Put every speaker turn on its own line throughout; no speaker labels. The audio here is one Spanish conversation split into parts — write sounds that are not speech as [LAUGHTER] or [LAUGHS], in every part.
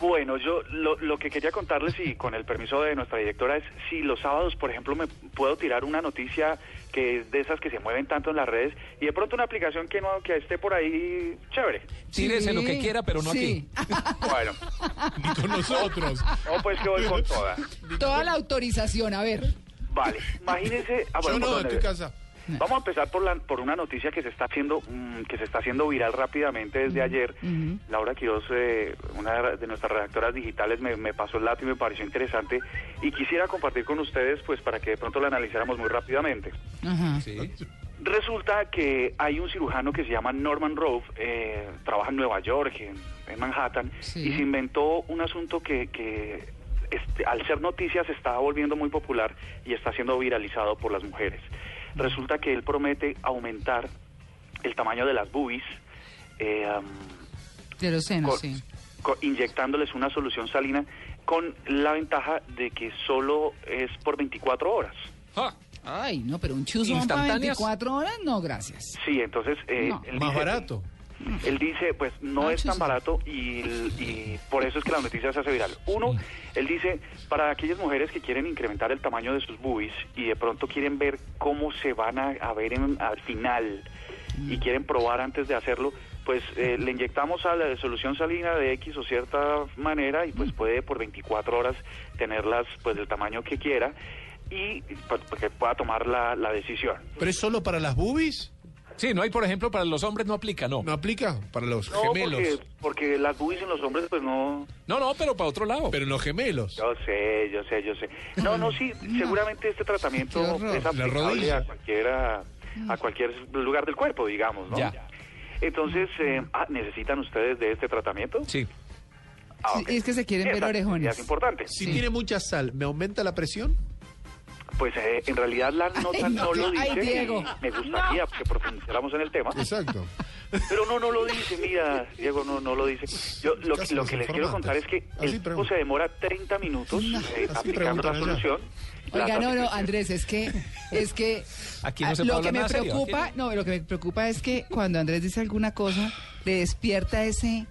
Bueno, yo lo, lo que quería contarles y con el permiso de nuestra directora es si los sábados, por ejemplo, me puedo tirar una noticia que es de esas que se mueven tanto en las redes y de pronto una aplicación que no que esté por ahí
[LAUGHS]
chévere.
Tírese lo que quiera, pero no aquí.
Bueno,
Ni con nosotros.
no pues que voy con toda.
Ah, Toda la autorización, a ver.
Vale, imagínense. ah, bueno,
Yo no,
perdón,
en tu
eh,
casa.
Vamos a empezar por, la, por una noticia que se está haciendo mm, que se está haciendo viral rápidamente
Mm,
desde ayer. Laura Quiroz, eh, una de nuestras redactoras digitales, me, me pasó el dato y me pareció interesante y quisiera compartir con ustedes, pues, para que de pronto la analizáramos muy rápidamente.
Ah.
Sí.
Resulta que hay un cirujano que se llama Norman Rove, eh, trabaja en Nueva York, en, en Manhattan,
Sí.
y se inventó un asunto que, que este, al ser noticia se está volviendo muy popular y está siendo viralizado por las mujeres. Resulta que él promete aumentar el tamaño de las boobies. eh, um,
De los senos,
con-
Ah, sí.
con- inyectándoles una solución salina con la ventaja de que solo es por 24 horas.
Ja.
Ay, no, pero un chuzón para
¿Instantáneas?
24 horas, no, gracias.
Sí, entonces... eh,
No,
él
Más
dice-
barato.
Él dice, pues no
Ah,
es tan
chuzo.
barato y, y por eso es que la noticia se hace viral. Uno, él dice, para aquellas mujeres que quieren incrementar el tamaño de sus boobies y de pronto quieren ver cómo se van a, a ver en- al final y quieren probar antes de hacerlo, pues eh, le inyectamos a la solución salina de X o cierta manera y pues puede por 24 horas tenerlas pues del tamaño que quiera y pues, que pueda tomar la, la decisión.
¿Pero es solo para las boobies?
Sí, no hay, por ejemplo, para los hombres no aplica, no.
¿No aplica? Para los
No, porque,
gemelos.
porque las boobies en los hombres pues no...
No, no, pero para otro lado.
Pero en los gemelos.
Yo sé, yo sé, yo sé. No, no,
[LAUGHS]
sí, seguramente este tratamiento
Qué horror.
es
La
aplicable
rodilla.
a cualquiera, a cualquier lugar del cuerpo, digamos, ¿no?
Ya.
Entonces, eh, ah, ¿necesitan ustedes de este tratamiento?
Sí.
Ah,
Sí,
ok.
es que se quieren
Esa
ver orejones.
Es importante.
Si tiene mucha sal, ¿me aumenta la presión?
Pues eh, en realidad la nota
Ay,
no,
no,
lo
Dios. Ay,
dice. y
Diego.
Me gustaría que profundizáramos en el tema.
Exacto.
Pero no, no lo dice, mira, Diego, no, no lo dice. Yo lo,
Casi
lo
los
que les quiero contar
informantes.
es que
Así
el tipo
preguntan.
se demora 30 minutos eh,
así
aplicando la
preguntan allá.
solución. La
Oiga, no, no,
satisfacción-
Andrés, es que, es que
[LAUGHS] Aquí no
ah,
se puede
lo que
hablar
me
nada serio,
preocupa,
aquí.
no, lo que me preocupa es que cuando Andrés dice alguna cosa, le despierta ese,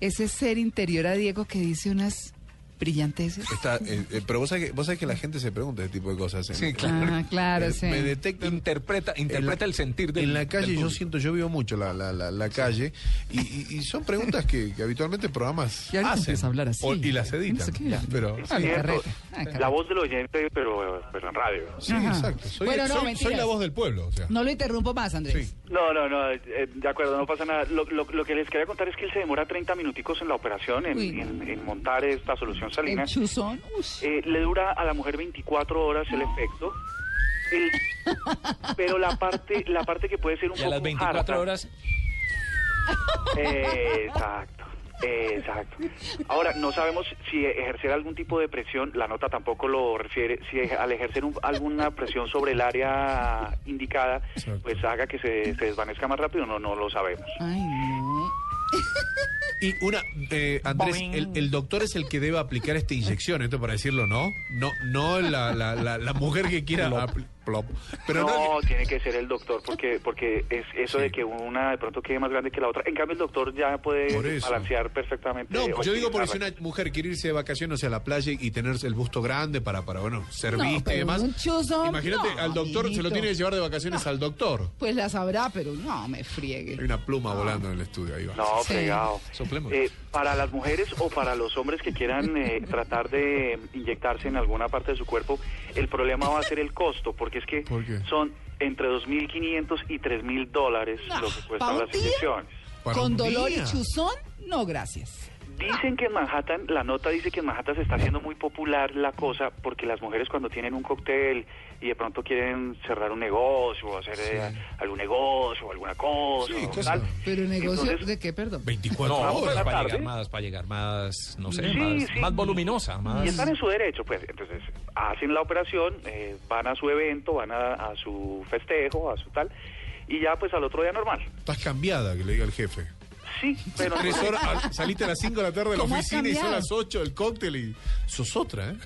ese ser interior a Diego que dice unas brillanteces.
Está, eh, eh, pero vos sabés, que, vos sabés que la gente se pregunta ese tipo de cosas. ¿eh?
Sí, claro.
Ah, claro,
Eh,
sí.
Me detectan
Interpreta, interpreta el sentir del
En la calle
del
yo
público.
siento, yo vivo mucho la, la, la, la calle y, y- y son preguntas que, que habitualmente programas
Y
Ah,
ahorita
hacen
empieza a hablar así.
o- y las
No
editan.
sé qué.
Pero
Ah,
sí,
la
Pues Cierto,
carreta, ah, carreta.
la voz del oyente, pero, pero en radio.
sí,
Ajá.
exacto. Soy,
Bueno, no,
soy- soy
mentiras.
la voz del pueblo. o sea.
No lo interrumpo más, Andrés.
Sí.
No, no, no, eh, de acuerdo, no pasa nada. Lo, lo- lo que les quería contar es que él se demora 30 minuticos en la operación, en,
Uy.
en- en montar esta solución salina.
El chuzón, uy,
Eh, le dura a la mujer 24 horas el efecto. El- pero la parte la parte que puede ser un
Y a
poco
las 24
harta-
horas.
Exacto, exacto. Ahora, no sabemos si ejercer algún tipo de presión, la nota tampoco lo refiere, si ej- al ejercer un- alguna presión sobre el área indicada,
Exacto.
pues haga que se, se desvanezca más rápido, no, no lo sabemos.
Ay, no.
Y una, eh, Andrés, el, el doctor es el que debe aplicar esta inyección, esto para decirlo, ¿no? No, no la, la, la, la mujer que quiera. apl- plop. Pero no,
no, tiene que ser el doctor, porque porque es eso de que una de pronto quede más grande que la otra. En cambio, el doctor ya
Por
puede
eso.
balancear perfectamente.
no, pues
o
yo digo porque si
equilibrarla.
una mujer quiere irse de vacaciones a la playa y tener el busto grande para, para bueno, ser
No,
vista y
pero
demás.
un chuzón,
Imagínate,
no,
al doctor se lo
amiguito.
tiene que llevar de vacaciones al doctor.
Pues la sabrá, pero no me
Hay
friegue.
una pluma volando en el estudio, ahí va.
No,
Sí.
fregado.
Soplemos.
Eh, para las mujeres o para los hombres que quieran eh, [LAUGHS] tratar de mm, inyectarse en alguna parte de su cuerpo, el problema va a ser el costo, porque es que
¿Por qué?
son entre 2.500 y 3.000 dólares lo que
¿pa'
cuestan
un
las
día?
inyecciones.
Para
Con
un
dolor y
día.
chuzón, no, gracias.
Dicen que en Manhattan, la nota dice que en Manhattan se está haciendo muy popular la cosa porque las mujeres cuando tienen un cóctel y de pronto quieren cerrar un negocio o hacer eh, algún negocio o alguna cosa.
Sí,
o
cosa.
tal.
Pero negocio
Entonces,
de qué, perdón.
24
No,
por
para
la
horas.
tarde.
llegar más, para llegar más, no sé,
Sí,
más,
sí.
más voluminosa, más...
Y están en su derecho, pues. Entonces, hacen la operación, eh, van a su evento, van a, a su festejo, a su tal, y ya pues al otro día normal.
Estás cambiada, que le diga el jefe.
Sí, pero...
Tres horas, ah, saliste a las 5 de la tarde de la
¿Cómo has
oficina y son
cambiado?
las 8 el cóctel y sos otra, ¿eh?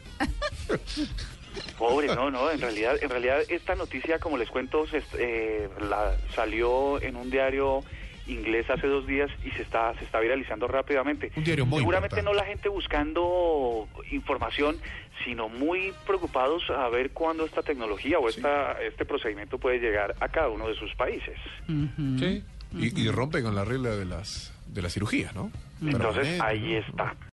Pobre, no, no, en realidad, en realidad esta noticia, como les cuento, se est- eh, la salió en un diario inglés hace dos días y se está, se está viralizando rápidamente.
Un diario muy
Seguramente
importante.
no la gente buscando información, sino muy preocupados a ver cuándo esta tecnología o esta, este procedimiento puede llegar a cada uno de sus países.
Sí.
Y, y rompe con la regla de las, de las cirugías, ¿no?
Entonces,
Permanente,
ahí
¿no?
está.